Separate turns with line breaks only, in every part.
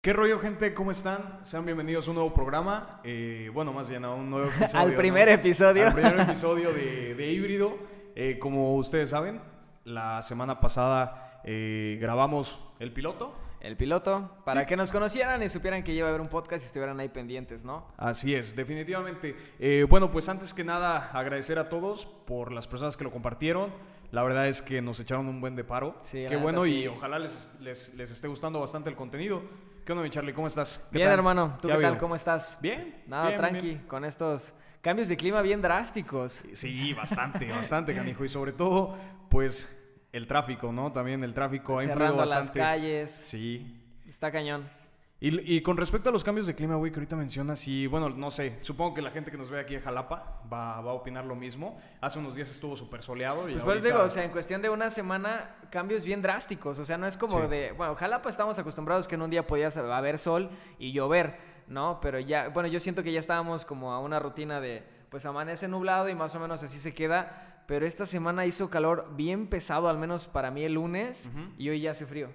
¿Qué rollo, gente? ¿Cómo están? Sean bienvenidos a un nuevo programa. eh, bueno, más bien a un nuevo episodio.
Al
¿no?
primer episodio.
Al primer episodio de, de Híbrido. Eh, como ustedes saben, la semana pasada eh, grabamos el piloto.
El piloto, para que nos conocieran y supieran que iba a haber un podcast y estuvieran ahí pendientes, ¿no?
Así es, definitivamente. Eh, bueno, pues antes que nada, agradecer a todos por las personas que lo compartieron. La verdad es que nos echaron un buen de paro.
Sí, la
Qué
neta,
bueno y
sí.
ojalá les, les- les esté gustando bastante el contenido. ¿Qué onda, mi Charlie? ¿Cómo estás? ¿Qué
Bien,
tal?
hermano, ¿tú
ha
qué tal?
habido?
¿Cómo estás?
Bien.
Nada,
bien, bien,
tranqui,
bien.
con estos cambios de clima bien drásticos.
Sí, bastante, bastante, canijo. Y sobre todo, pues, el tráfico, ¿no? También el tráfico ha influido
Cerrando las
bastante.
calles.
Sí.
Está cañón.
Y, y con respecto a los cambios de clima, güey, que ahorita mencionas, y bueno, no sé, supongo que la gente que nos ve aquí de Jalapa va, va a opinar lo mismo. Hace unos días estuvo súper soleado. Y
Pues por eso
ahorita-
digo, o sea, en cuestión de una semana, cambios bien drásticos. O sea, no es como
Sí.
de. Bueno, Jalapa estamos acostumbrados que en un día podías haber sol y llover, ¿no? Pero ya. Bueno, yo siento que ya estábamos como a una rutina de. Pues amanece nublado y más o menos así se queda. Pero esta semana hizo calor bien pesado, al menos para mí el lunes, y hoy ya hace frío.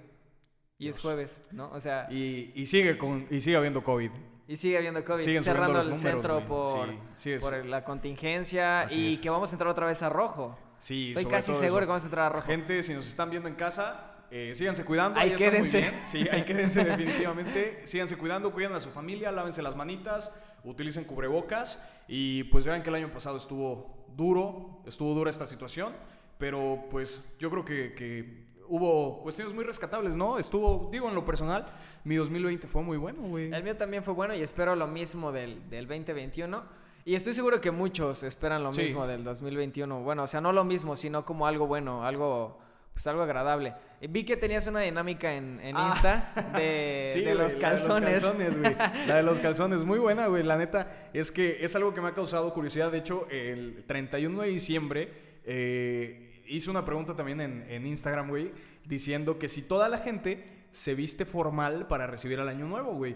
Y es jueves, ¿no? O sea, y,
Y, y sigue con, y sigue habiendo COVID.
sigue habiendo COVID,
siguen subiendo
cerrando
los
el
números,
centro
güey.
por,
Sí, sí es-
por la contingencia
Así
y
es.
que vamos a entrar otra vez a rojo.
Sí,
Estoy
sobre
casi
todo
seguro
eso.
que vamos a entrar a rojo.
Gente, si nos están viendo en casa, eh, síganse cuidando.
Ahí
ya están muy
quédense.
bien. Sí, ahí quédense definitivamente. Síganse cuidando, cuidan a su familia, lávense las manitas, utilicen cubrebocas y pues vean que el año pasado estuvo duro, estuvo dura esta situación, pero pues yo creo que... que Hubo cuestiones muy rescatables, ¿no? Estuvo, digo, en lo personal, mi 2020 fue muy bueno, güey.
El mío también fue bueno y espero lo mismo del, del 2021. Y estoy seguro que muchos esperan lo
Sí.
mismo del 2021. Bueno, o sea, no lo mismo, sino como algo bueno, algo pues algo agradable. Eh, Vi que tenías una dinámica en, en
Ah.
Insta de,
Sí,
Eh, de
güey,
los calzones.
La de los calzones, güey. La de los calzones, muy buena, güey. La neta, es que es algo que me ha causado curiosidad. De hecho, el 31 de diciembre eh, hice una pregunta también en, en Instagram, güey, diciendo que si toda la gente se viste formal para recibir el año nuevo, güey.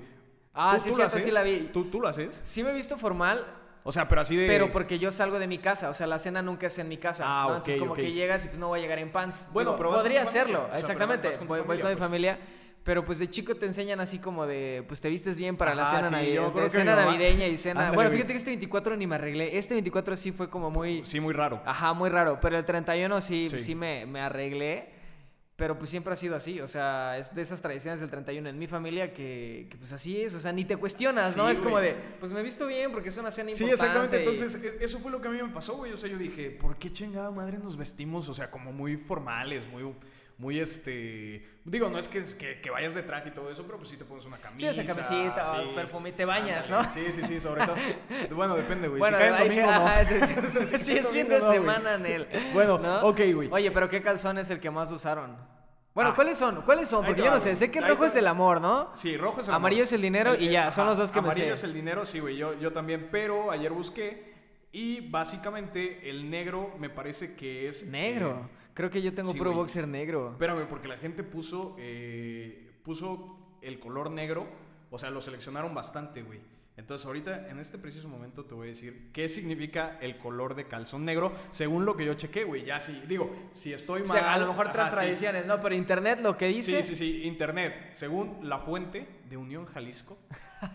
Ah,
¿Tú-
sí,
tú lo
cierto,
haces?
sí la vi.
¿Tú, tú lo haces?
Sí me he visto formal,
O sea, pero así de...
pero porque yo salgo de mi casa. O sea, la cena nunca es en mi casa.
Ah,
¿no? Entonces,
ok,
como
ok.
que llegas y pues no voy a llegar en pants.
Bueno, pero vas con
podría
tu familia,
hacerlo,
o sea, pero
exactamente.
vas con tu
voy, voy
familia,
con mi
pues.
familia. Pero pues de chico te enseñan así como de, pues te vistes bien para la
Ajá,
cena,
sí,
navideña,
yo me acuerdo que
cena
mi mamá-
navideña y cena.
Ándale,
bueno,
güey.
fíjate que este 24 ni me arreglé. Este 24 sí fue como muy,
Sí, muy raro.
ajá, muy raro. Pero el 31 sí,
Sí.
sí, me, me arreglé. Pero pues siempre ha sido así. O sea, es de esas tradiciones del 31 en mi familia que, que, pues así es. O sea, ni te cuestionas,
Sí,
¿no? Es como
güey.
de, pues me he visto bien porque es una cena
Sí,
importante.
exactamente.
y-
Entonces, e- eso fue lo que a mí me pasó, güey. O sea, yo dije, ¿por qué chingada madre nos vestimos? O sea, como muy formales, muy, muy este. Digo, no es que, que, que vayas de traje y todo eso, pero pues sí te pones una camisa.
Sí, esa camisita,
sí.
perfume, te bañas,
Ándale.
¿no?
Sí, sí, sí, sobre todo. Bueno, depende, güey.
Bueno,
si cae el
ahí-
domingo, no.
ajá, es- es-
Si
sí,
cae
es fin
domingo,
de
no, güey.
semana, Nel.
Bueno,
¿No?
ok, güey.
Oye, pero ¿qué calzón es el que más usaron? Bueno,
Ah.
¿cuáles son? ¿Cuáles son?
Ahí
Porque
te
yo
va,
no sé,
güey.
sé que el
Ahí
rojo
te-
es el amor, ¿no?
Sí, rojo es el
Amarillo
amor.
es el dinero y
eh,
ya, son
ajá,
los dos que me
Amarillo
sé.
es el dinero, sí, güey. Yo, yo también, pero ayer busqué y básicamente el negro me parece que es. eh,
Negro. Creo que yo tengo
sí,
puro
güey.
boxer negro.
Espérame, porque la gente puso, eh, puso el color negro, o sea, lo seleccionaron bastante, güey. Entonces, ahorita, en este preciso momento, te voy a decir qué significa el color de calzón negro, según lo que yo chequé, güey. Ya sí, digo, si estoy
O
mal.
sea, a lo mejor tras
ajá, sí.
tradiciones, ¿no? Pero internet lo que
Sí,
dice,
sí, sí, internet. Según la fuente de Unión Jalisco,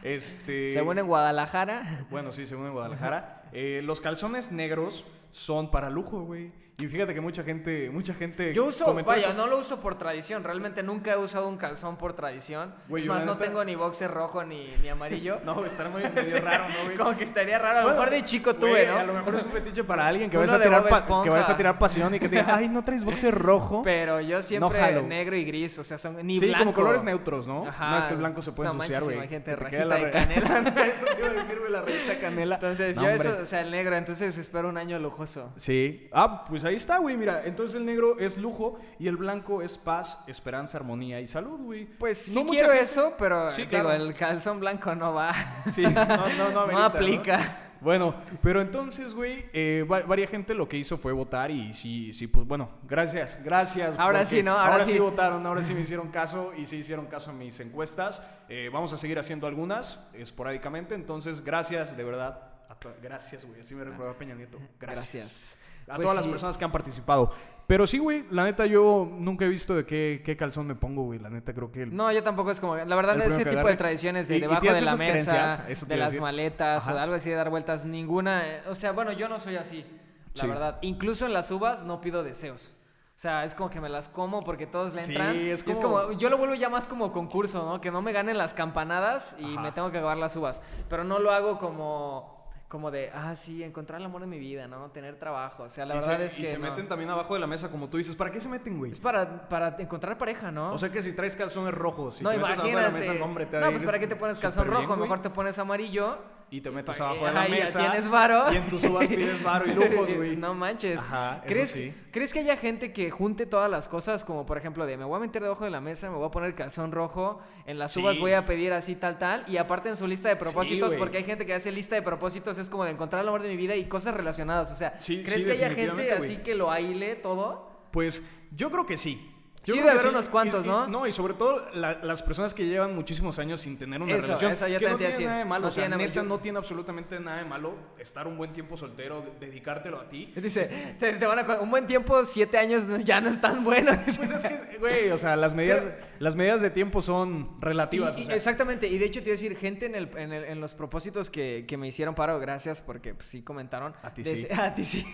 este.
según en Guadalajara.
Bueno, sí, según en Guadalajara. eh, los calzones negros son para lujo, güey. Y fíjate que mucha gente, mucha gente.
Yo uso,
comentó
vaya,
eso.
no lo uso por tradición. Realmente nunca he usado un calzón por tradición.
Güey,
es
yo la
más, no
neta-
tengo ni boxer rojo ni, ni amarillo.
No, estar muy medio raro, ¿no, güey?
Como que estaría raro. A lo
Bueno,
mejor de chico tuve,
güey,
¿no?
A lo mejor es un fetiche para alguien que
Uno
vayas a
de
tirar
Bob
pa-
Esponja.
que vayas a tirar pasión y que te diga, "Ay, no traes boxer rojo."
Pero yo siempre
jalo.
negro y gris, o sea, son ni
sí,
blanco.
como colores neutros, ¿no?
Ajá.
No es que el blanco se puede
No
ensuciar, güey.
manches, imagínate,
Que te quede
rajita de
re- eso te iba a decir, güey, la rayita de canela.
Entonces,
No,
yo
hombre.
eso, o sea, el negro, entonces espero un año lujoso.
Sí. Ah, pues ahí está, güey. Mira, entonces el negro es lujo y el blanco es paz, esperanza, armonía y salud, güey.
Pues sí
No mucha
quiero
gente-
eso, pero
Sí,
digo,
claro.
el calzón blanco no va.
Sí, no, no, no, amerita,
aplica.
Bueno, pero entonces, güey, eh, va- varia gente lo que hizo fue votar y sí, sí, pues bueno, gracias, gracias.
Ahora
porque
sí, ¿no? Ahora
sí.
sí.
votaron, ahora sí me hicieron caso y sí hicieron caso a mis encuestas. Eh, vamos a seguir haciendo algunas esporádicamente, entonces gracias, de verdad. a to- Gracias, güey, así me recordó a Peña Nieto. Gracias.
Gracias.
A
Pues
todas
sí.
las personas que han participado. Pero sí, güey, la neta yo nunca he visto de qué, qué calzón me pongo, güey. La neta creo que... el-
No, yo tampoco es como. La verdad,
El primero
ese
que
tipo
agarre.
de tradiciones
Y-
de
y
debajo
tienes
de la
esas creencias,
mesa,
eso te
de
iba a
las
decir.
maletas o
Ajá.
de algo así de dar vueltas, ninguna. eh, O sea, bueno, yo no soy así, la
Sí.
verdad. Incluso en las uvas no pido deseos. O sea, es como que me las como porque todos le
Sí,
entran.
es
Y
como-
Yo lo vuelvo ya más como concurso, ¿no? Que no me ganen las campanadas y
Ajá.
me tengo que acabar las uvas. Pero no lo hago como. Como de, ah, sí, encontrar el amor en mi vida, ¿no? Tener trabajo. O sea, la
y
verdad
se,
es
y
que.
se
no.
meten también abajo de la mesa, como tú dices. ¿Para qué se meten, güey?
Es para, para encontrar pareja, ¿no?
O sea que si traes calzones rojos, si
no,
te metes abajo de la mesa,
imagínate.
no, hombre, te ha de
no, pues
ir
para qué te pones calzón
superbién,
rojo,
güey.
mejor te pones amarillo.
Y te metes
pa-
abajo de la
ajá, y ya
mesa.
tienes varo.
Y en tus uvas pides varo y lujos, güey.
no manches.
Ajá, eso
¿Crees,
sí.
¿Crees que haya gente que junte todas las cosas? Como por ejemplo de me voy a meter debajo de la mesa, me voy a poner calzón rojo, en las
Sí.
uvas voy a pedir así tal tal. Y aparte en su lista de propósitos,
güey.
porque hay gente que hace lista de propósitos, es como de encontrar el amor de mi vida y cosas relacionadas. O sea,
Sí,
¿crees
sí,
que haya gente
definitivamente,
así
güey.
que lo aile todo?
Pues yo creo que sí. Yo
Sí,
creo
debe
que
haber unos cuantos,
Y- y-
¿no?
No, y sobre todo la- las personas que llevan muchísimos años sin tener una
Eso,
relación.
eso yo
que
también
no
te iba a
tiene
decir.
nada de malo.
No
o sea,
tiene nada-
neta,
yo-
no tiene absolutamente nada de malo estar un buen tiempo soltero, de- dedicártelo a ti.
Dice, Pues, te, te van a... Un buen tiempo, siete años ya no es tan bueno. dice.
Pues es que, güey, o sea, las medidas, las medidas de tiempo son relativas.
Y- y-
o sea.
Exactamente, y de hecho te iba a decir, gente en, el, en, el- en los propósitos que, que me hicieron paro, gracias porque pues, sí comentaron.
A ti
Dec-
sí.
A ti sí.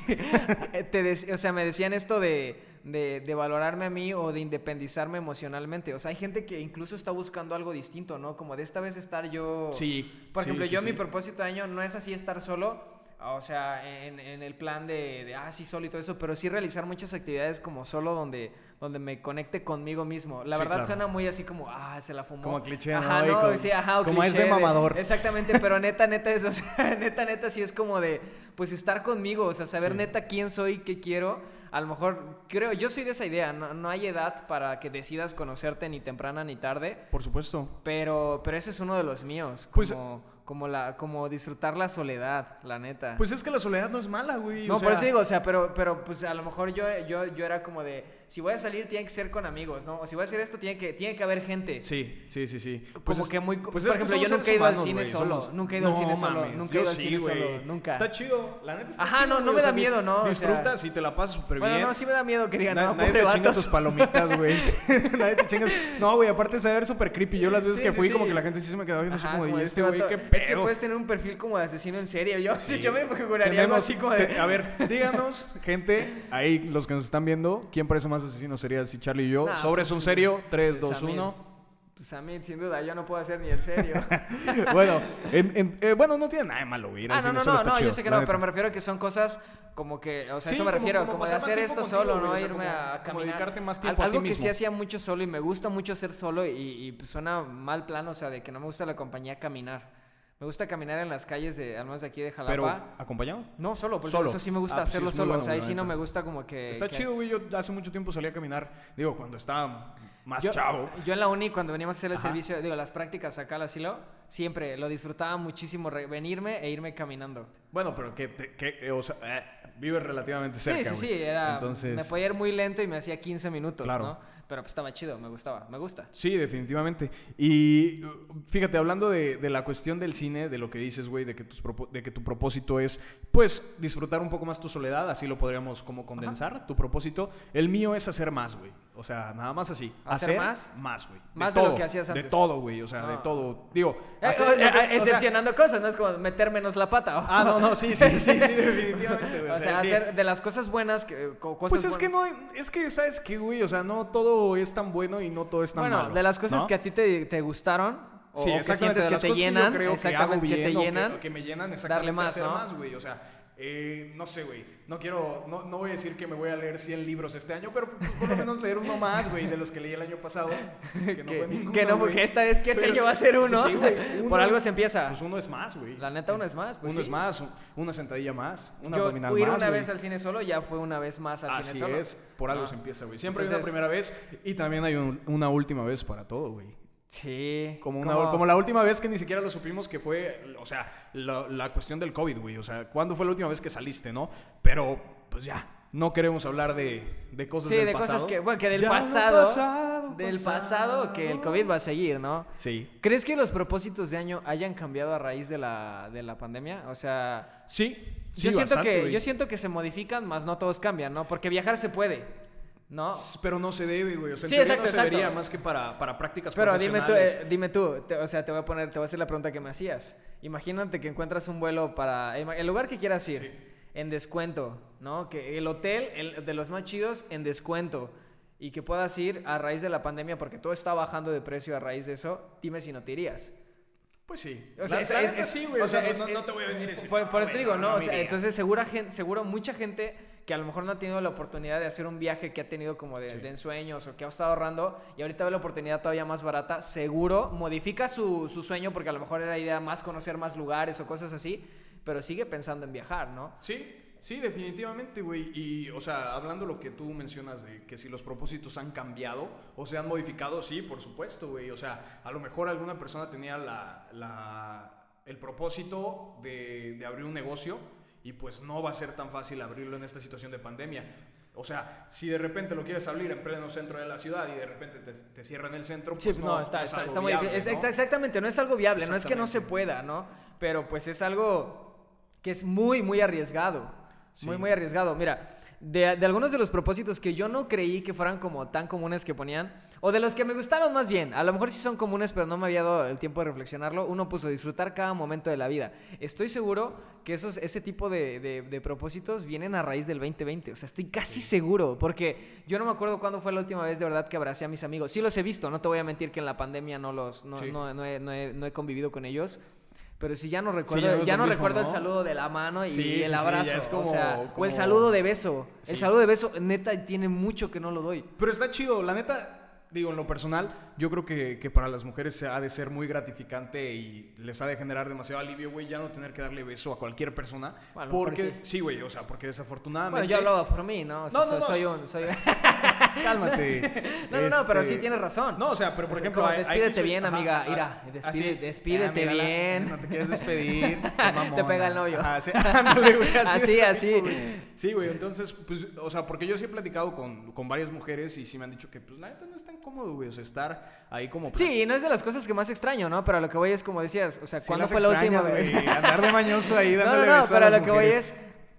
Eh, te dec- o sea, me decían esto de, de, de valorarme a mí o de independizarme emocionalmente. O sea, hay gente que incluso está buscando algo distinto, ¿no? Como de esta vez estar yo...
Sí,
Por
sí,
ejemplo,
sí,
yo
sí.
mi propósito de año no es así estar solo. O sea, en, en el plan de, de, ah, sí, solo y todo eso, pero sí realizar muchas actividades como solo donde, donde me conecte conmigo mismo. La
Sí,
verdad
claro.
suena muy así como, ah, se la fumó.
Como cliché,
Ajá,
¿no? Y
no,
como-
sí, ajá, o
como es
cliché
de mamador.
Exactamente, pero neta, neta, es, o sea, neta, neta, sí es como de, pues estar conmigo, o sea, saber neta quién soy, qué quiero. A lo mejor, creo, yo soy de esa idea, no, no hay edad para que decidas conocerte ni temprana ni tarde,
Por supuesto.
pero, pero ese es uno de los míos, como,
Pues-
como, la, como disfrutar la soledad, la neta.
Pues es que la soledad no es mala, güey. o
No,
sea,
por eso digo, o sea, pero, pero pues a lo mejor yo, yo, yo era como de, si voy a salir tiene que ser con amigos, ¿no? O si voy a hacer esto tiene que, tiene que haber gente.
Sí, sí, sí, sí.
como
es-
que muy-
pues
por
es que
ejemplo,
somos
yo nunca
seres
he ido al
humanos,
cine
güey,
solo, nunca he ido al cine solo, nunca he
yo
ido al cine
güey.
solo, nunca.
Está chido, la neta está
Ajá,
chido,
no, no
güey,
me da miedo, ¿no? O sea,
Disfrutas y te la pasas súper
Bueno,
bien.
no, sí me da miedo que digan,
Na-
no,
nadie
pobre
te chinga
vatos.
tus palomitas, güey. nadie te chinga. No, güey, aparte de saber súper creepy. Yo las veces
Sí,
que
sí,
fui, como
sí.
que la gente sí se me quedaba viendo así
Ajá,
como de,
como
"¿Y
de
este
este
güey, qué
vato-
pedo.
Es que puedes tener un perfil como de asesino en serio. Yo, sí, yo me juraría algo
Tenemos-
así como de.
te- a ver, díganos, gente, ahí los que nos están viendo, ¿quién parece más asesino sería si Charlie y yo?
Nah,
Sobre
pues,
un serio, 3,
pues,
2,
a mí.
1.
Pues a mí, sin duda, yo no puedo hacer ni en serio.
bueno, en- en- eh, bueno, no tiene nada de malo, güey. ir al
ah, no,
cine
no,
solo
no,
está
no,
chido,
yo sé que
la
no,
neta.
pero me refiero a que son cosas como que, o sea,
Sí,
eso me
como-
refiero,
como
como, de
pasar más
hacer
tiempo
esto
contigo,
solo,
güey,
¿no?
o sea,
Irme
como-
a
como
caminar.
dedicarte más
Al-
tiempo a
algo
ti
que sí
mismo.
hacía mucho solo y me gusta mucho ser solo y, y, pues, suena mal plan, o sea, de que no me gusta la compañía caminar. Me gusta caminar en las calles de, al menos de aquí de Jalapa.
Pero, ¿acompañado?
No, solo, por
Solo.
eso sí me gusta
Ah, pues sí,
hacerlo
es muy
solo.
bueno,
o sea, ahí
güey,
sí
la
no
neta.
me gusta como que.
Está
que-
chido, güey. Yo hace mucho tiempo salí a caminar. Digo, cuando estaba más
Yo,
chavo.
yo en la uni, cuando veníamos a hacer el
Ajá.
servicio, digo, las prácticas acá al asilo, siempre lo disfrutaba muchísimo re- venirme e irme caminando.
Bueno, pero que, te- que eh, o sea, eh, vives relativamente
Sí,
cerca.
sí, sí,
güey.
era.
Entonces,
Me podía ir muy lento y me hacía 15 minutos,
Claro.
¿no? Pero pues estaba chido, me gustaba, me gusta.
Sí, definitivamente. Y uh, fíjate, hablando de, de la cuestión del cine, de lo que dices, güey, de, que tus propo- de que tu propósito es, pues, disfrutar un poco más tu soledad, así lo podríamos como condensar, tu propósito. El mío es hacer más, güey. O sea, nada más así.
¿Hacer más?
Más, güey.
Más de lo
todo,
que hacías antes.
De todo, güey. O sea, de
Ah.
todo. Digo,
Eh,
hacer Ah,
eh,
lo que-
eh,
o sea-
excepcionando cosas, ¿no? Es como meter menos la pata. ¿o?
Ah, no, no, sí, sí, sí, sí, definitivamente, güey.
o sea,
sí.
hacer de las cosas buenas, que, eh, co- cosas
Pues es que
buenas.
no, es que, ¿sabes qué, güey? O sea, no todo es tan bueno y no todo es tan
Bueno,
malo.
de las cosas
¿no?
que a ti te, te gustaron, o,
Sí,
o que
exactamente,
sientes
de
que
las
te
cosas yo
llenan,
creo que
exactamente,
hago
que te
bien o
llenan.
o que, me llenan exactamente
darle más,
hacer
¿no?
más, güey. O sea, eh, no sé, güey. No quiero, no, no voy a decir que me voy a leer 100 libros este año, pero pues, por lo menos leer uno más, güey, de los que leí el año pasado. Que no,
que,
fue ninguno,
que no,
güey.
porque esta vez que este
Pero- pues
año va a ser uno.
Sí, güey, uno-
Por algo se empieza.
Pues uno es más, güey.
la neta, uno es más. Pues
uno
sí.
es más, un- una sentadilla más, una
Yo
abdominal
ir
más.
una
güey.
vez al cine solo ya fue una vez más al
Así
cine solo.
es, por algo
Ah.
se empieza, güey. Siempre hay una
Entonces-
primera vez y también hay un- una última vez para todo, güey.
Sí.
Como, una, como la última vez que ni siquiera lo supimos que fue, o sea, la, la cuestión del COVID, güey. O sea, ¿cuándo fue la última vez que saliste, no? Pero, pues ya, No queremos hablar de, de cosas
Sí,
del
de
pasado.
cosas que, bueno, que del
Ya no
pasado,
pasado,
del pasado, que el COVID va a seguir, ¿no?
Sí.
¿Crees que los propósitos de año hayan cambiado a raíz de la, de la pandemia? O sea,
Sí. sí,
yo, siento
bastante,
que,
güey.
yo siento que se modifican, más no todos cambian, ¿no? Porque viajar se puede, ¿no?
Pero no se debe, güey. O sea, en
Sí,
teoría
exacto,
no se
exacto.
debería más que para, para prácticas
Pero dime tú,
profesionales.
eh, dime tú te- o sea, te voy a poner, te voy a hacer la pregunta que me hacías. Imagínate que encuentras un vuelo para ima- el lugar que quieras ir en descuento, ¿no? Que el hotel el de los más chidos en descuento y que puedas ir a raíz de la pandemia porque todo está bajando de precio a raíz de eso. Dime si no te irías.
Pues sí.
O sea,
La-
es-
la
es-
neta
es-
sí, güey.
o
O sea,
sea,
no,
es- eh,
no te voy a venir a decir.
Por, por
"Ah,
eso te
güey,
digo, ¿no?
me
o sea,
iría".
entonces segura gen- seguro mucha gente que a lo mejor no ha tenido la oportunidad de hacer un viaje que ha tenido como de, de ensueños o que ha estado ahorrando y ahorita ve la oportunidad todavía más barata, seguro modifica su, su sueño porque a lo mejor era idea más conocer más lugares o cosas así, pero sigue pensando en viajar, ¿no?
Sí, sí, definitivamente, güey. Y, o sea, hablando lo que tú mencionas de que si los propósitos han cambiado o se han modificado, sí, por supuesto, güey. O sea, a lo mejor alguna persona tenía la, la- el propósito de, de abrir un negocio y pues no va a ser tan fácil abrirlo en esta situación de pandemia. O sea, si de repente lo quieres abrir en pleno centro de la ciudad y de repente te, te cierran el centro, pues
Sí,
no,
no, está,
es
está,
algo
está muy
viable,
difícil. Es-
¿no?
exacta- Exactamente, no es algo viable, no es que no se pueda, ¿no? Pero pues es algo que es muy, muy arriesgado. Muy,
Sí.
muy arriesgado. Mira, de, de algunos de los propósitos que yo no creí que fueran como tan comunes que ponían, o de los que me gustaron más bien, a lo mejor sí son comunes, pero no me había dado el tiempo de reflexionarlo, uno puso disfrutar cada momento de la vida. Estoy seguro que esos, ese tipo de, de- de propósitos vienen a raíz del 2020, o sea, estoy casi seguro, porque yo no me acuerdo cuándo fue la última vez de verdad que abracé a mis amigos. Sí los he visto, no te voy a mentir que en la pandemia no los, no,
Sí.
no- no he, no he- no he convivido con ellos. Pero si ya no
Sí, ya
recuerdo,
no es
ya
lo
no
mismo,
recuerdo el
¿no?
saludo de la mano y
Sí, sí, sí,
el
ya
abrazo.
es como-
o, sea, o el
como-
saludo de beso.
Sí.
El saludo de beso, neta, tiene mucho que no lo doy.
Pero está chido, la neta, digo, en lo personal, yo creo que, que para las mujeres se ha de ser muy gratificante y les ha de generar demasiado alivio, güey, ya no tener que darle beso a cualquier persona.
Bueno, a lo mejor
porque,
sí.
sí, güey, o sea, porque desafortunadamente...
Bueno, yo hablaba por mí, ¿no? O sea,
No,
soy,
no, no.
soy un. soy-
Cálmate.
No, no, no, pero
Este,
sí tienes razón.
No, o sea, pero por
Es
ejemplo...
como,
hay- hay
despídete
muchos-
bien, amiga,
ah,
ira,
ah,
despide-
así.
despídete
mírala,
bien.
No te quieres despedir. qué mamona.
pega el novio.
Ajá, sí, ándale, güey,
Así,
de ese
así.
tipo, güey. Sí, güey, entonces, pues, o sea, porque yo sí he platicado con, con varias mujeres y sí me han dicho que, pues, la neta no es tan cómodo, güey, o sea, estar ahí como...
Sí, no es de las cosas que más extraño, ¿no? Pero a lo que voy es, como decías, o sea,
Sí
¿cuándo
las
fue la última
extrañas,
vez?
güey, Andar de mañoso ahí
No, no,
dándole
no,
beso
pero
a
a
las
lo que voy
mujeres.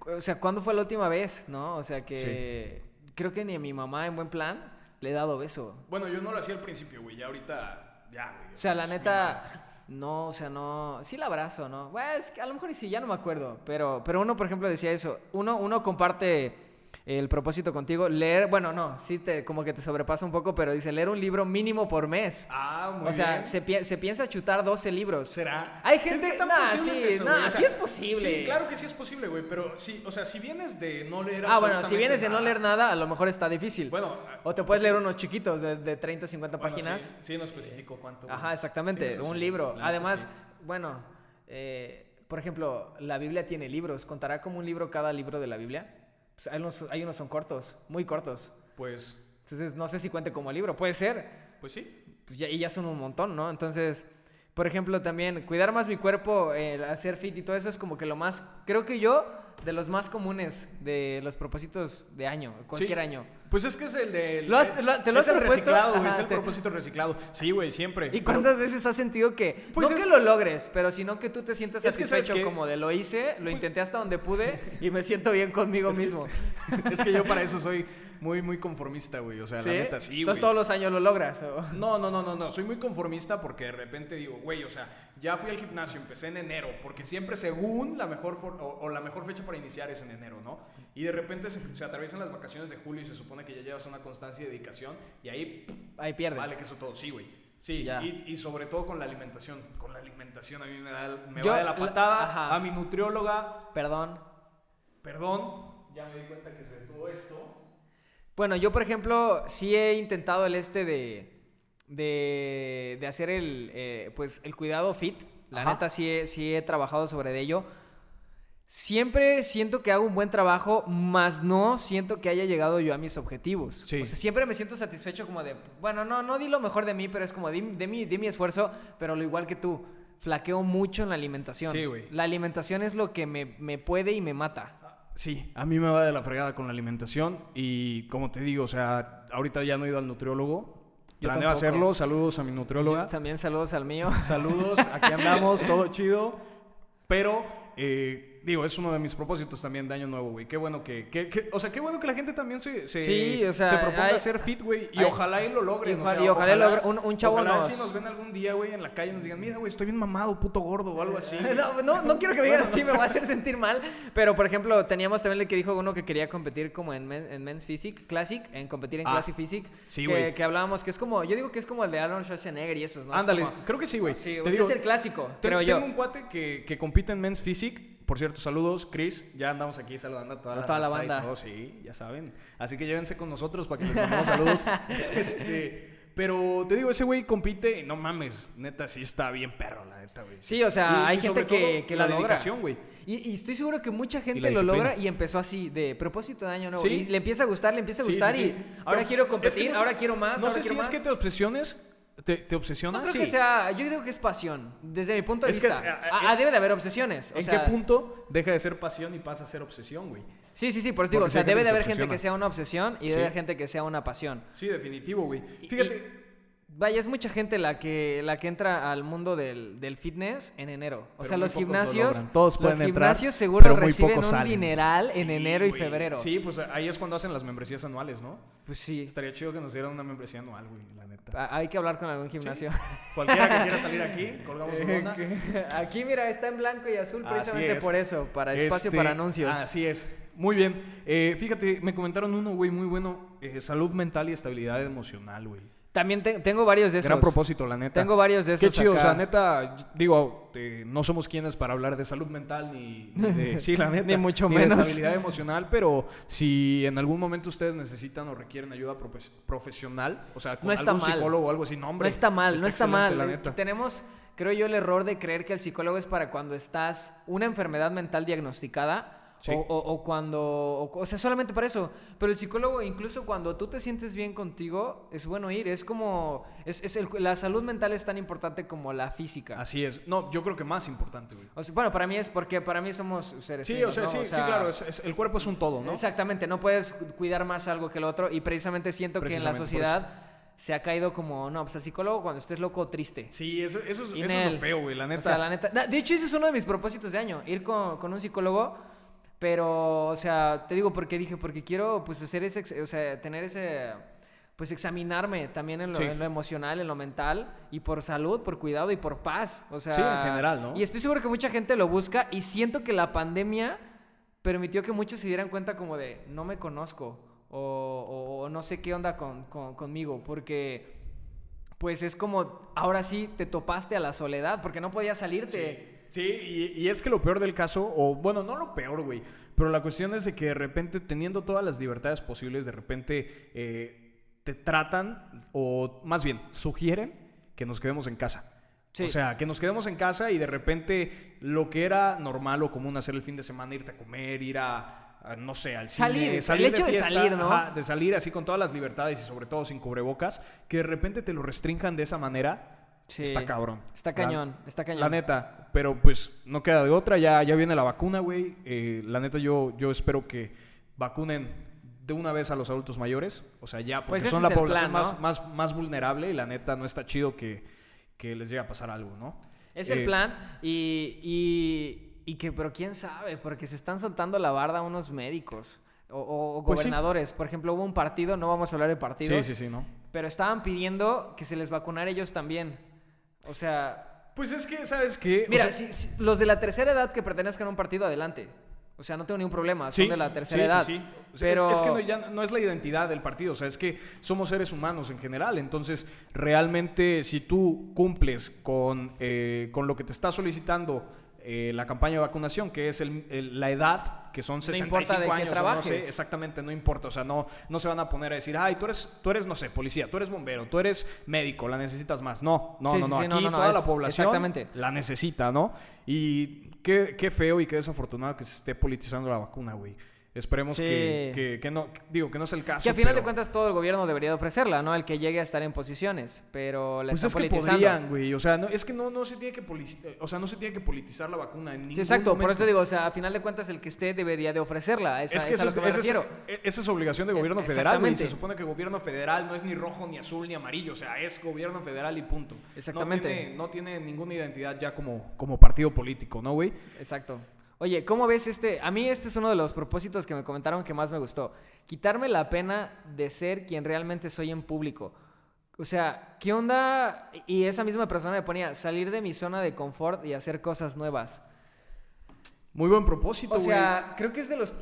es, o sea, ¿cuándo fue la última vez, no? O sea, que creo que ni a mi mamá en buen plan le he dado beso.
Bueno, yo no lo hacía al principio, güey. Ya ahorita, ya, güey. pues,
O sea, la
es mi madre.
neta, no, o sea, no, sí la abrazo, ¿no? Bueno, es que a lo mejor y sí, ya no me acuerdo, pero, pero uno, por ejemplo, decía eso, uno, uno comparte el propósito contigo, leer, bueno, no, sí, te, como que te sobrepasa un poco, pero dice, leer un libro mínimo por mes.
Ah, muy
o sea,
bien.
se, pi- se piensa chutar 12 libros.
¿Será?
Hay gente,
¿Qué tan
nah, sí,
posible es eso,
nah,
güey? O sea,
sí es posible.
Sí, claro que sí es posible, güey. Pero sí, o sea, si vienes de no leer
Ah, bueno, si
absolutamente
vienes de no
nada-
leer nada, a lo mejor está difícil.
Bueno, ah,
O te puedes leer unos chiquitos de, de 30, 50
bueno,
páginas.
Sí, sí, no especifico cuánto. güey.
Ajá, exactamente,
Sí, no
un
especifico, la
libro.
neta,
Además,
sí.
bueno, eh, por ejemplo, la Biblia tiene libros. ¿Contará como un libro cada libro de la Biblia? Pues hay, unos, hay unos son cortos, muy cortos.
Pues,
Entonces, no sé si cuente como libro, puede ser.
pues sí.
Pues ya, y ya son un montón, ¿no? Entonces, por ejemplo, también cuidar más mi cuerpo, el hacer fit y todo eso es como que lo más, creo que yo, de los más comunes de los propósitos de año, cualquier
Sí.
año.
Pues es que es el de.
¿Lo has- lo- te lo
es
has
el
propuesto?
reciclado, güey.
Ajá,
Es el
te-
propósito reciclado. Sí, güey, siempre.
¿Y
Pero-
cuántas veces has sentido que,
Pues
no
es
que lo logres, pero sino que tú te sientes
Es que, ¿sabes
satisfecho
qué? Pues
como de lo hice, lo intenté hasta donde pude y me siento bien conmigo mismo?
es que yo para eso soy muy, muy conformista, güey. O sea,
¿Sí?
la neta, sí, güey.
Entonces todos los años lo logras. ¿o?
No, no, no, no, no. Soy muy conformista porque de repente digo, güey, o sea, ya fui al gimnasio, empecé en enero, porque siempre según la mejor for- o, o la mejor fecha para iniciar es en enero, ¿no? Y de repente se, se atraviesan las vacaciones de julio y se supone que ya llevas una constancia y dedicación y ahí pff,
Ahí pierdes.
vale que eso todo, sí, güey. Sí,
Ya.
y, y sobre todo con la alimentación. Con la alimentación a mí me da el- me
Yo-
va de la
la-
patada
ajá.
a mi nutrióloga,
Perdón.
perdón, ya me di cuenta que se detuvo esto.
Bueno, yo por ejemplo sí he intentado el este de de, de hacer el eh, pues el cuidado fit. La
Ajá.
neta sí he, sí he trabajado sobre de ello. Siempre siento que hago un buen trabajo, más no siento que haya llegado yo a mis objetivos.
Sí.
O sea, siempre me siento satisfecho como de, bueno, no, no di lo mejor de mí, pero es como di, de mi, di mi esfuerzo, pero lo igual que tú, flaqueo mucho en la alimentación.
Sí, güey.
La alimentación es lo que me, me puede y me mata.
Sí, a mí me va de la fregada con la alimentación y como te digo, o sea, ahorita ya no he ido al nutriólogo.
Yo
Planeo
tampoco.
hacerlo. Saludos a mi nutrióloga.
También saludos al mío.
Saludos, aquí andamos, todo chido. Pero, eh, digo, es uno de mis propósitos también de Año Nuevo, güey. Qué bueno que, que- que- o sea, qué bueno que la gente también se, se,
Sí, o sea,
se proponga
hay-
ser fit, güey. Y
hay-
ojalá y lo logren.
y
o
ojalá-
sea,
y ojalá logre- un- un chavo
ojalá
nos-
si nos ven algún día, güey, en la calle y nos digan, mira, güey, estoy bien mamado, puto gordo o algo así.
No, no, no quiero que me digan así, me voy a hacer sentir mal. Pero, por ejemplo, teníamos también el que dijo uno que quería competir como en, men- en Men's Physique, Classic, en competir en
Ah,
Classic Physique.
sí,
que,
güey.
que hablábamos, que es como, yo digo que es como el de Arnold Schwarzenegger y esos, ¿no? Es
Ándale,
como-
creo que sí, güey.
sí,
Te
o sea,
digo,
es el clásico,
Ten-
creo
tengo
yo.
un cuate que, que compite en Men's Physique. Por cierto, saludos, Chris. Ya andamos aquí saludando a toda,
A
la,
toda la
raza y
banda.
todo, sí, ya saben. Así que llévense con nosotros para que les mandemos saludos. Este, pero te digo, ese güey compite, y no mames, neta, sí está bien perro, la neta, güey.
Sí, o sea, hay
sobre
gente que-
todo,
que lo
la
logra.
dedicación, güey.
Y, y estoy seguro que mucha gente
la
lo logra
disciplina.
y empezó así, de propósito de año nuevo.
Sí.
Y le empieza a gustar, le empieza a
Sí, sí,
gustar
sí.
y ahora
Es que
quiero
no
competir,
sé-
ahora quiero más,
No
ahora
sé
quiero
si
más.
es que te obsesiones, te, te obsesionas.
No creo
sí.
que sea, yo creo que es pasión, desde mi punto de
Es que es-
vista.
eh,
Ah, ah, debe de haber obsesiones. o
¿En
sea,
qué punto deja de ser pasión y pasa a ser obsesión, güey?
Sí, sí, sí, por eso digo,
Porque
o
sí
sea,
hay gente
debe
que
de
se
haber gente que
obsesiona.
sea una obsesión y debe
Sí.
haber gente que sea una pasión.
Sí, definitivo, güey.
Y-
Fíjate,
Vaya, es mucha gente la que, la que entra al mundo del, del fitness en enero. O
Pero
sea,
muy
los
pocos lo
gimnasios,
logran. Todos
los
pueden entrar,
gimnasios seguro
pero muy
reciben un
pocos salen.
dineral en
Sí,
enero y
güey.
febrero.
Sí, pues ahí es cuando hacen las membresías anuales, ¿no?
Pues sí,
Estaría chido que nos dieran una membresía anual, güey, la neta.
a- hay que hablar con algún gimnasio.
Cualquiera que quiera salir aquí, colgamos una onda.
Aquí, mira, está en blanco y azul
Así
precisamente
es.
por eso, para espacio
Este,
para anuncios.
Así es. Muy bien. Eh, fíjate, me comentaron uno, güey, muy bueno. eh, salud mental y estabilidad emocional, güey.
También te- tengo varios de esos.
Gran propósito, la neta.
Tengo varios de
Qué
esos
chido,
acá.
o sea, neta, digo, eh, no somos quienes para hablar de salud mental ni, ni de, sí, la neta,
Ni mucho
de
menos.
estabilidad emocional, pero si en algún momento ustedes necesitan o requieren ayuda profes- profesional, o sea, con
No está
algún
mal.
psicólogo o algo así, no, hombre,
no está mal, no está
excelente,
mal.
la
Eh,
neta.
Tenemos, creo yo, el error de creer que el psicólogo es para cuando estás una enfermedad mental diagnosticada.
Sí.
O, o- o cuando, o, o sea, solamente para eso. Pero el psicólogo, incluso cuando tú te sientes bien contigo, es bueno ir. Es como, es, es el- la salud mental es tan importante como la física.
Así es. No, yo creo que más importante, güey.
O sea, bueno, para mí es porque para mí somos seres
Sí, o
finos,
sea,
¿no?
sí, sí, claro, es- es- el cuerpo es un todo, ¿no?
Exactamente, no puedes cuidar más algo que el otro y precisamente siento que en la
Precisamente por
sociedad se ha caído como, no, pues el psicólogo cuando estés loco o triste.
Sí, eso, eso, es,
Y
eso es
nel.
lo feo, güey, la neta.
O sea, la neta. na- De hecho, ese es uno de mis propósitos de año, ir con, con un psicólogo. Pero, o sea, te digo porque dije, porque quiero, pues, hacer ese, ex- o sea, tener ese, pues, examinarme también en lo,
Sí.
en lo emocional, en lo mental, y por salud, por cuidado y por paz. O sea,
Sí, en general, ¿no?
Y estoy seguro que mucha gente lo busca y siento que la pandemia permitió que muchos se dieran cuenta como de, no me conozco, o, o- o no sé qué onda con- con- conmigo, porque pues es como, ahora sí te topaste a la soledad porque no podías salirte.
Sí, y, y es que lo peor del caso, o bueno, no lo peor, güey, pero la cuestión es de que de repente, teniendo todas las libertades posibles, de repente eh, te tratan, o más bien, sugieren que nos quedemos en casa.
Sí.
O sea, que nos quedemos en casa y de repente lo que era normal o común hacer el fin de semana, irte a comer, ir a, a, no sé, al cine,
Salir, el hecho de salir, ¿no?
ajá, de salir así con todas las libertades y sobre todo sin cubrebocas, que de repente te lo restrinjan de esa manera,
Sí.
está cabrón.
Está
La-
cañón, está cañón.
la neta, pero pues no queda de otra, ya, ya viene la vacuna, güey. Eh, la neta, yo, yo espero que vacunen de una vez a los adultos mayores, o sea, ya,
Pues
porque
ese
son la
es el
población
plan, ¿no?
más, más, más vulnerable y la neta no está chido que, que les llegue a pasar algo, ¿no?
Es el
Eh,
plan y, y- y que, pero quién sabe, porque se están soltando la barda unos médicos o, o- o
Pues sí.
gobernadores. Por ejemplo, hubo un partido, no vamos a hablar de
Sí,
partidos,
sí, sí, ¿no?
pero estaban pidiendo que se les vacunara ellos también. O sea,
Pues es que, ¿sabes qué? O sea,
mira, si- si- los de la tercera edad que pertenezcan a un partido, adelante. O sea, no tengo ningún problema, son de la tercera edad.
sí, sí. O sea, es-
Pero...
es, que no, ya no es la identidad del partido, o sea, es que somos seres humanos en general. Entonces, realmente, si tú cumples con, eh, con lo que te está solicitando eh, la campaña de vacunación, que es el- el- la edad, que son
No
65
importa de qué
años, o no sé,
trabajes.
exactamente, no importa. O sea, no, no se van a poner a decir, ay, tú eres, tú eres, no sé, policía, tú eres bombero, tú eres médico, la necesitas más. No, no,
Sí,
no,
sí,
no.
sí,
Aquí
no, no, no,
toda la
es-
población
exactamente.
la necesita, ¿no? Y qué, qué feo y qué desafortunado que se esté politizando la vacuna, güey. Esperemos
Sí.
que, que- que no, digo, que no es el caso.
Que al final
pero-
de cuentas todo el gobierno debería de ofrecerla, ¿no? El que llegue a estar en posiciones, pero la
Pues
está
es que
politizando.
podrían, güey. O sea, no, es que no, no se tiene que politizar, o sea, no se tiene que politizar la vacuna. En
Sí,
ningún
exacto, por eso
momento.
te digo, o sea, a final de cuentas el que esté debería de ofrecerla, esa,
es que
es
eso
a lo
es-
que me
esa es-
refiero.
e- esa es obligación de gobierno
Eh,
federal, güey. Se
exactamente.
supone que gobierno federal no es ni rojo, ni azul, ni amarillo. O sea, es gobierno federal y punto. No
Exactamente.
tiene- No tiene, ninguna identidad ya como, como partido político, ¿no, güey?
Exacto. Oye, ¿cómo ves este? A mí este es uno de los propósitos que me comentaron que más me gustó. Quitarme la pena de ser quien realmente soy en público. O sea, ¿qué onda? Y esa misma persona me ponía salir de mi zona de confort y hacer cosas nuevas.
Muy buen propósito,
O
güey.
sea, creo que es de los.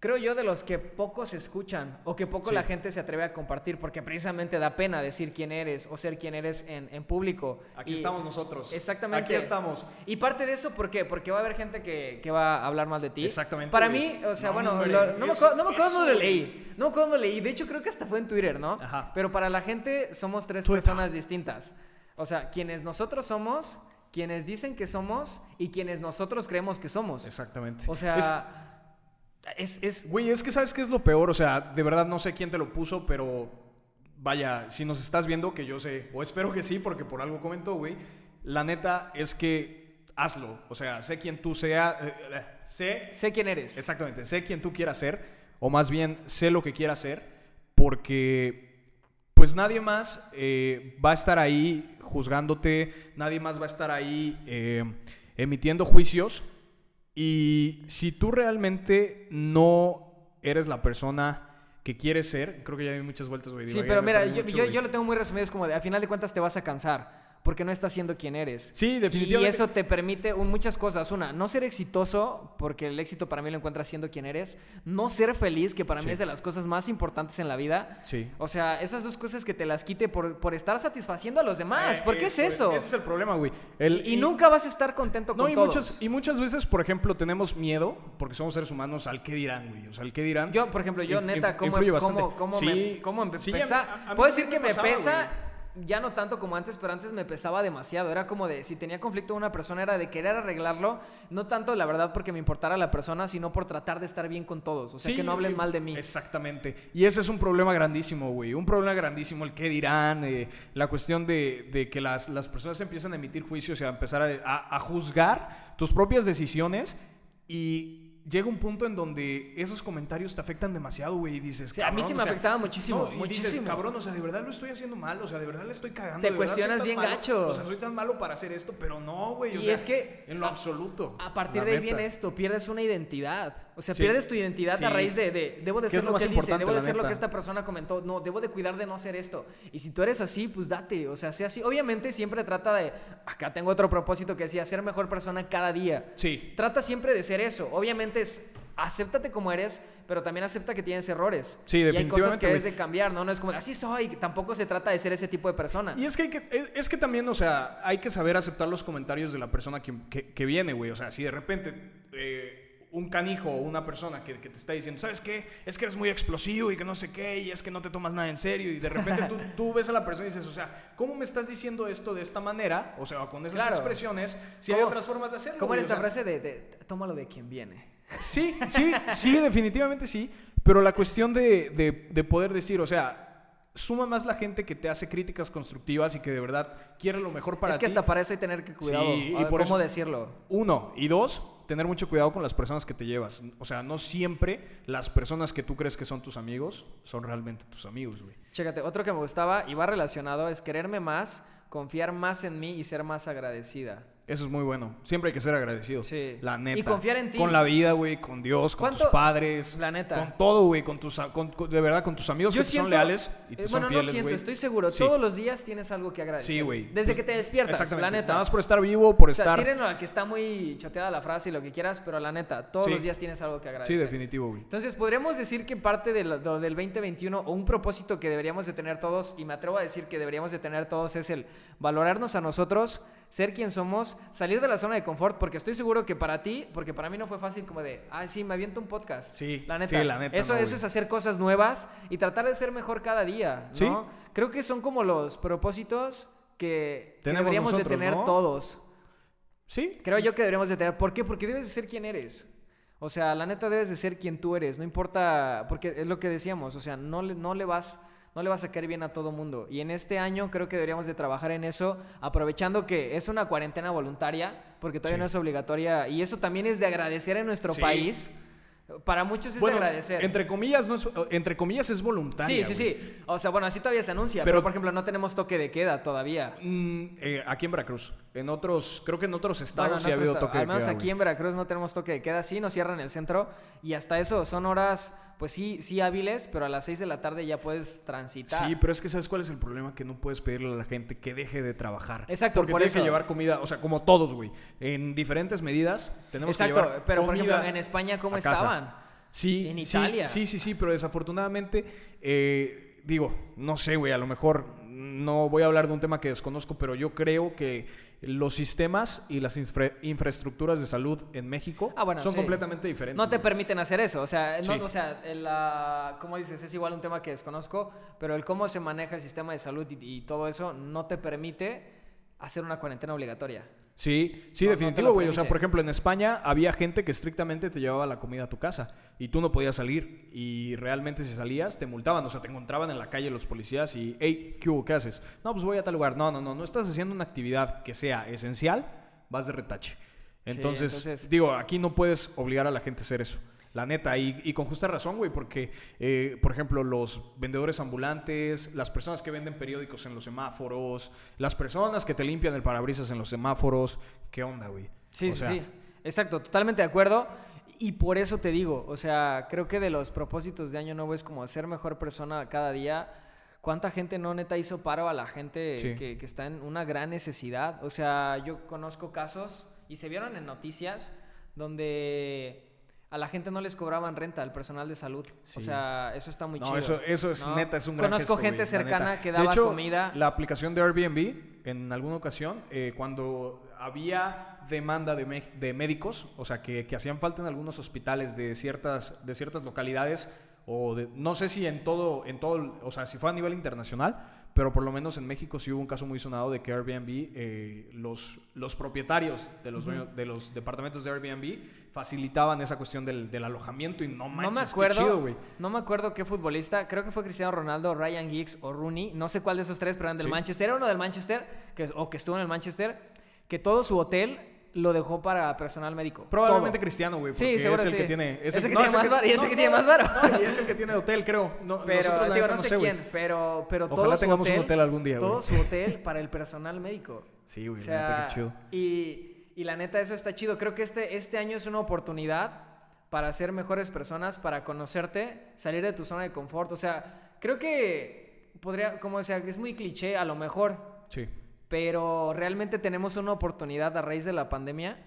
Creo yo de los que pocos escuchan o que poco
Sí.
la gente se atreve a compartir porque precisamente da pena decir quién eres o ser quién eres en, en público.
Aquí
Y-
estamos nosotros.
Exactamente.
Aquí estamos.
Y parte de eso, ¿por qué? Porque va a haber gente que, que va a hablar mal de ti.
Exactamente,
Para
güey.
mí, o sea,
No,
bueno,
hombre,
lo- no, me
eso-
acuerdo, no me acuerdo dónde
eso,
lo leí. No me acuerdo dónde lo leí. De hecho, creo que hasta fue en Twitter, ¿no?
Ajá.
Pero para la gente somos tres
Twitter.
personas distintas. O sea, quienes nosotros somos, quienes dicen que somos y quienes nosotros creemos que somos.
Exactamente.
O
Es-
sea, es, es-
Güey, es que sabes qué es lo peor, o sea, de verdad no sé quién te lo puso, pero vaya, si nos estás viendo, que yo sé, o espero que sí, porque por algo comentó, güey, la neta es que hazlo, o sea, sé quién tú sea, eh, eh, sé,
sé quién eres.
exactamente, sé quién tú quieras ser, o más bien sé lo que quieras ser, porque pues nadie más eh, va a estar ahí juzgándote, nadie más va a estar ahí eh, emitiendo juicios. Y si tú realmente no eres la persona que quieres ser, creo que ya hay muchas vueltas, güey.
Sí,
divagué,
pero
me
mira,
perdí
yo,
mucho,
yo-
güey.
yo lo tengo muy resumido. Es como, de, a final de cuentas te vas a cansar porque no estás siendo quien eres.
Sí,
Y
definitivamente.
eso te permite un- muchas cosas. Una, no ser exitoso, porque el éxito para mí lo encuentras siendo quien eres. No ser feliz, que para
Sí.
mí es de las cosas más importantes en la vida.
Sí.
O sea, esas dos cosas que te las quite por, por estar satisfaciendo a los demás.
Eh,
Ah, ¿Por qué es eso?
Ese es el problema, güey. El-
y, y nunca vas a estar contento
No,
con
y
todos.
muchas, y muchas veces, por ejemplo, tenemos miedo, porque somos seres humanos, al qué dirán, güey. O sea, al qué dirán.
Yo, por ejemplo, yo
Inf-
neta,
inf-
¿cómo, em,
influye
cómo,
bastante.
cómo
Sí.
me, cómo me
Sí, a mí-
pesa?
a- a mí
Puedo decir que
también
me
pasaba,
pesa,
güey.
ya no tanto como antes, pero antes me pesaba demasiado. Era como de, si tenía conflicto con una persona, era de querer arreglarlo, no tanto, la verdad, porque me importara la persona, sino por tratar de estar bien con todos. O sea,
Sí,
que no hablen
güey,
mal de mí.
Exactamente. Y ese es un problema grandísimo, güey. Un problema grandísimo, el qué dirán, eh, la cuestión de, de que las, las personas empiezan a emitir juicios y a empezar a, a- a juzgar tus propias decisiones y llega un punto en donde esos comentarios te afectan demasiado, güey, y dices,
Sí, a mí sí me afectaba muchísimo,
y dices,
muchísimo.
cabrón, o sea, de verdad lo estoy haciendo mal, o sea, de verdad le estoy cagando.
Te
de verdad soy
cuestionas
tan
bien
malo,
gacho.
O sea, soy tan malo para hacer esto, pero no, güey. o
Y
sea,
es que
En lo
a-
absoluto.
A partir
la
de ahí
neta.
viene esto, pierdes una identidad. O sea,
Sí.
pierdes tu identidad
Sí.
a raíz de, de, debo de
Que es
ser
lo
lo
más
que él dice,
importante,
debo de
la
ser lo
neta.
que esta persona comentó, no, debo de cuidar de no ser esto. Y si tú eres así, pues date, o sea, sea así. Obviamente siempre trata de, acá tengo otro propósito que decía, ser mejor persona cada día.
Sí.
Trata siempre de ser eso. Obviamente es, acéptate como eres, pero también acepta que tienes errores.
Sí,
Y hay cosas
definitivamente,
que debes
güey.
de cambiar, ¿no? No es como, así soy, tampoco se trata de ser ese tipo de persona.
Y es que, hay que- es- es que también, o sea, hay que saber aceptar los comentarios de la persona que, que- que viene, güey. O sea, si de repente eh, un canijo o una persona que, que te está diciendo, ¿sabes qué? Es que eres muy explosivo y que no sé qué, y es que no te tomas nada en serio, y de repente tú, tú ves a la persona y dices, o sea, ¿cómo me estás diciendo esto de esta manera? O sea, con esas
Claro.
expresiones, si hay
¿Cómo-
otras formas de hacerlo.
¿Cómo
güey, o
era esta
sea,
frase de, de tómalo de quien viene?
Sí, sí, sí, definitivamente sí. Pero la cuestión de, de- de poder decir, o sea, suma más la gente que te hace críticas constructivas y que de verdad quiere lo mejor para
es que
ti.
hasta para eso hay tener que cuidado.
Sí, y
a ver,
por
¿Cómo
eso-
decirlo?
Uno. Y dos, tener mucho cuidado con las personas que te llevas. O sea, no siempre las personas que tú crees que son tus amigos son realmente tus amigos, güey.
Chécate, otro que me gustaba y va relacionado es quererme más, confiar más en mí y ser más agradecida.
Eso es muy bueno. Siempre hay que ser agradecido.
Sí.
La neta.
Y confiar en ti.
Con la vida, güey, con Dios, con tus
¿Cuánto-
padres.
La neta.
Con todo, güey. Con tus, a- con- con- de verdad, con tus amigos que te son leales y te
eh,
son
bueno,
fieles,
no siento,
güey.
estoy seguro.
Sí.
Todos los días tienes algo que agradecer.
Sí, güey.
Desde que te despiertas,
Exactamente.
la neta.
Nada más por estar vivo, por
o sea,
estar.
tírenlo al que está muy chateada la frase y lo que quieras, pero la neta, todos
Sí.
los días tienes algo
Sí,
que agradecer.
definitivo, güey.
Entonces, podríamos decir que parte de lo- lo del 2021 o un propósito que deberíamos de tener todos, y me atrevo a decir que deberíamos de tener todos, es el valorarnos a nosotros, ser quien somos, salir de la zona de confort, porque estoy seguro que para ti, porque para mí no fue fácil como de, ay, sí, me aviento un podcast.
Sí,
la neta.
sí, la neta,
Eso,
no,
eso
güey.
es hacer cosas nuevas y tratar de ser mejor cada día, ¿no?
Sí.
Creo que son como los propósitos que, que
Tenemos
deberíamos de
nosotros,
tener
¿no?
todos.
Sí.
Creo yo que deberíamos de tener. ¿Por qué? Porque debes de ser quien eres. O sea, la neta debes de ser quien tú eres, no importa, porque es lo que decíamos, o sea, no le, no le vas no le vas a caer bien a todo mundo. Y en este año creo que deberíamos de trabajar en eso, aprovechando que es una cuarentena voluntaria, porque todavía
Sí.
no es obligatoria, y eso también es de agradecer en nuestro
Sí.
país. Para muchos es de agradecer.
Entre comillas, no es, entre comillas es voluntaria.
sí, sí,
güey.
sí. O sea, bueno, así todavía se anuncia,
Pero-
pero, por ejemplo no tenemos toque de queda todavía.
Mm, eh, aquí en Veracruz. En otros, creo que en otros estados
Bueno,
sí ha
nosotros
habido
ta-
toque
al menos
de queda,
aquí
güey.
en Veracruz no tenemos toque de queda, sí, nos cierran el centro y hasta eso son horas, pues sí, sí hábiles, pero a las 6 de la tarde ya puedes transitar.
Sí, pero es que ¿sabes cuál es el problema? Que no puedes pedirle a la gente que deje de trabajar.
Exacto,
Porque
por
tienes que
eso.
llevar comida, o sea, como todos, güey. En diferentes medidas tenemos que
Exacto,
llevar
pero por ejemplo,
comida
en España cómo
a casa.
estaban?
Sí,
En
sí,
Italia.
Sí, sí, sí, pero desafortunadamente, eh, digo, no sé, güey, a lo mejor no voy a hablar de un tema que desconozco, pero yo creo que los sistemas y las infra- infraestructuras de salud en México
Ah, bueno,
son
sí.
completamente diferentes.
No te
güey.
permiten hacer eso. O sea, no-
Sí.
o sea el, ah, como dices, es igual un tema que desconozco, pero el cómo se maneja el sistema de salud y, y todo eso no te permite hacer una cuarentena obligatoria.
Sí, sí,
No, no te
definitivo,
lo
güey. o sea,
permite.
por ejemplo, en España había gente que estrictamente te llevaba la comida a tu casa y tú no podías salir. Y realmente si salías te multaban, o sea, te encontraban en la calle los policías y, hey, ¿qué hubo? ¿Qué haces? No, pues voy a tal lugar. No, no, no, no estás haciendo una actividad que sea esencial, vas de retache.
Sí,
Entonces,
entonces-
digo, aquí no puedes obligar a la gente a hacer eso. La neta, y, y con justa razón, güey, porque, eh, por ejemplo, los vendedores ambulantes, las personas que venden periódicos en los semáforos, las personas que te limpian el parabrisas en los semáforos, ¿qué onda, güey?
Sí,
O
sí,
sea,
sí. Exacto, totalmente de acuerdo. Y por eso te digo, o sea, creo que de los propósitos de Año Nuevo es como ser mejor persona cada día. ¿Cuánta gente no neta hizo paro a la gente
Sí.
que, que está en una gran necesidad? O sea, yo conozco casos y se vieron en noticias donde a la gente no les cobraban renta al personal de salud.
Sí.
O sea, eso está muy
no,
chido.
eso, eso es
¿no?
neta, es un gran gesto,
Conozco
güey,
gente
la
cercana
neta.
que
De
daba
hecho,
comida.
La aplicación de Airbnb, en alguna ocasión, eh, cuando había demanda de, mé- de médicos, o sea, que, que hacían falta en algunos hospitales de ciertas, de ciertas localidades, o de- no sé si en todo, en todo, o sea, si fue a nivel internacional, pero por lo menos en México sí hubo un caso muy sonado de que Airbnb, eh, los, los propietarios de los, dueños- de los departamentos de Airbnb facilitaban esa cuestión del, del alojamiento y no manches,
no me
qué
acuerdo.
chido, güey.
no me acuerdo qué futbolista, creo que fue Cristiano Ronaldo, Ryan Giggs o Rooney, no sé cuál de esos tres, pero eran del
Sí.
Manchester, era uno del Manchester que, o que estuvo en el Manchester, que todo su hotel lo dejó para personal médico.
Probablemente
todo.
Cristiano, güey.
Sí,
porque
seguro
es el
sí.
que tiene.
Es el que tiene más varo, y es el que tiene más varo.
no, y es el que tiene hotel, creo. No, nosotros,
Pero
la
digo,
neta,
no sé
güey.
quién, pero pero
Ojalá
todo su
tengamos un hotel algún día,
Todo
güey.
su hotel para el personal médico.
Sí, güey,
O
la neta,
sea,
qué chido.
Y, y la neta, eso está chido. Creo que este, este año es una oportunidad para ser mejores personas, para conocerte, salir de tu zona de confort. O sea, creo que podría, como sea, es muy cliché a lo mejor,
Sí.
pero realmente tenemos una oportunidad a raíz de la pandemia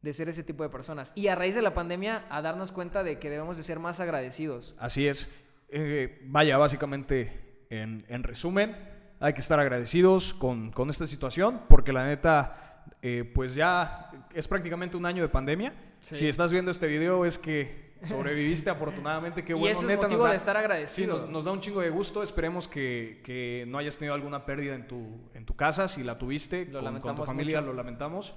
de ser ese tipo de personas. Y a raíz de la pandemia, a darnos cuenta de que debemos de ser más agradecidos.
Así es. Eh, vaya, básicamente, en, en resumen, hay que estar agradecidos con, con esta situación, porque la neta, eh, pues ya es prácticamente un año de pandemia.
Sí.
Si estás viendo este video, es que sobreviviste afortunadamente. Qué bueno,
y eso
neta,
es
nos
motivo
da-
de estar
Sí,
agradecidos.
nos, nos da un chingo de gusto. Esperemos que, que no hayas tenido alguna pérdida en tu, en tu casa. Si la tuviste con-
Lo
con, tu
lamentamos
familia,
mucho.
lo lamentamos.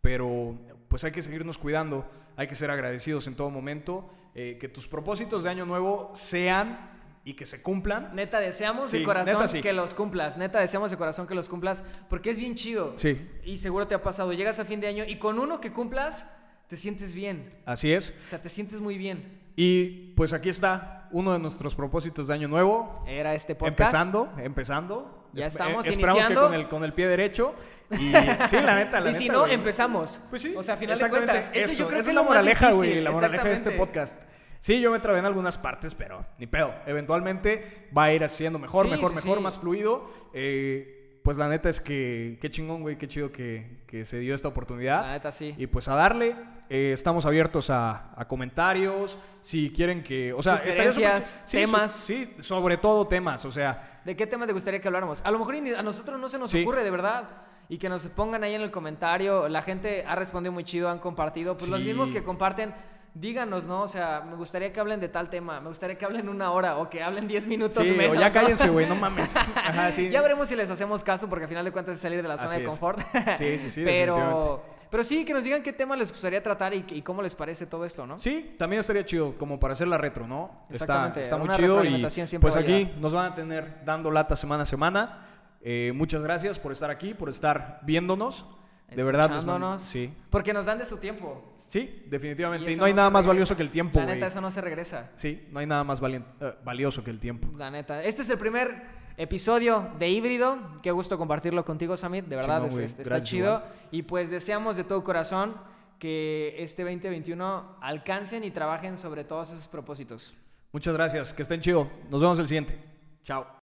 Pero pues hay que seguirnos cuidando. Hay que ser agradecidos en todo momento. eh, que tus propósitos de año nuevo sean y que se cumplan.
Neta, deseamos de
Sí,
corazón
neta, sí.
que los cumplas. Neta, deseamos de corazón que los cumplas porque es bien chido.
Sí,
Y seguro te ha pasado. Llegas a fin de año y con uno que cumplas, te sientes bien.
así es.
O sea, te sientes muy bien.
Y pues aquí está uno de nuestros propósitos de año nuevo.
Era este podcast.
Empezando, empezando.
Ya
Espe-
estamos
Esperamos
iniciando.
que con el, con el pie derecho. Y sí, la neta, la
y si
neta,
no,
güey.
empezamos.
Pues sí.
O sea, a final de
exactamente,
cuentas, eso, yo creo
esa es
que es
la
lo más
moraleja, güey.
difícil,
La moraleja de este
exactamente.
podcast. Sí, yo me trabé en algunas partes, pero ni pedo. Eventualmente va a ir haciendo mejor,
Sí,
mejor,
sí,
mejor,
sí.
más fluido. Eh, pues la neta es que qué chingón, güey, qué chido que, que se dio esta oportunidad.
La neta, sí.
Y pues a darle. Eh, estamos abiertos a, a comentarios. Si quieren que. O sea, estaría súper
Sugerencias,
chi- sí, su-
temas.
sí, sobre todo temas. O sea,
¿De qué tema te gustaría que habláramos? A lo mejor ni- a nosotros no se nos
Sí.
ocurre, de verdad. Y que nos pongan ahí en el comentario. La gente ha respondido muy chido, han compartido. Pues los
Sí.
mismos que comparten, díganos, ¿no? O sea, me gustaría que hablen de tal tema. Me gustaría que hablen una hora o que hablen 10 minutos
sí,
menos.
o ya
¿no?
cállense, güey, no mames. Ajá, sí.
Ya veremos si les hacemos caso porque al final de cuentas es salir de la zona
Así
de
es.
confort.
Sí, sí, sí,
Pero
definitivamente.
Pero sí, que nos digan qué tema les gustaría tratar y, y cómo les parece todo esto, ¿no?
Sí, también estaría chido como para hacer la retro, ¿no? Está,
Exactamente,
está muy
una
chido y
retroalimentación siempre
pues
va a
aquí
ayudar.
nos van a tener dando lata semana a semana. Eh, muchas gracias por estar aquí, por estar viéndonos. De verdad, les mando-
Escuchándonos.
sí,
Porque nos dan de su tiempo.
sí, definitivamente.
Y
Y,
eso
no hay
no
nada
se
más
regresa.
valioso que el tiempo,
La neta,
güey.
eso no se regresa.
Sí, no hay nada más valien- eh, valioso que el tiempo.
La neta. Este es el primer episodio de Híbrido. Qué gusto compartirlo contigo, Samit. De verdad,
Chingón,
es-
güey.
es- está
Gracias,
chido.
igual.
Y pues deseamos de todo corazón que este 2021 alcancen y trabajen sobre todos esos propósitos.
Muchas gracias, que estén chido. Nos vemos el siguiente. Chao.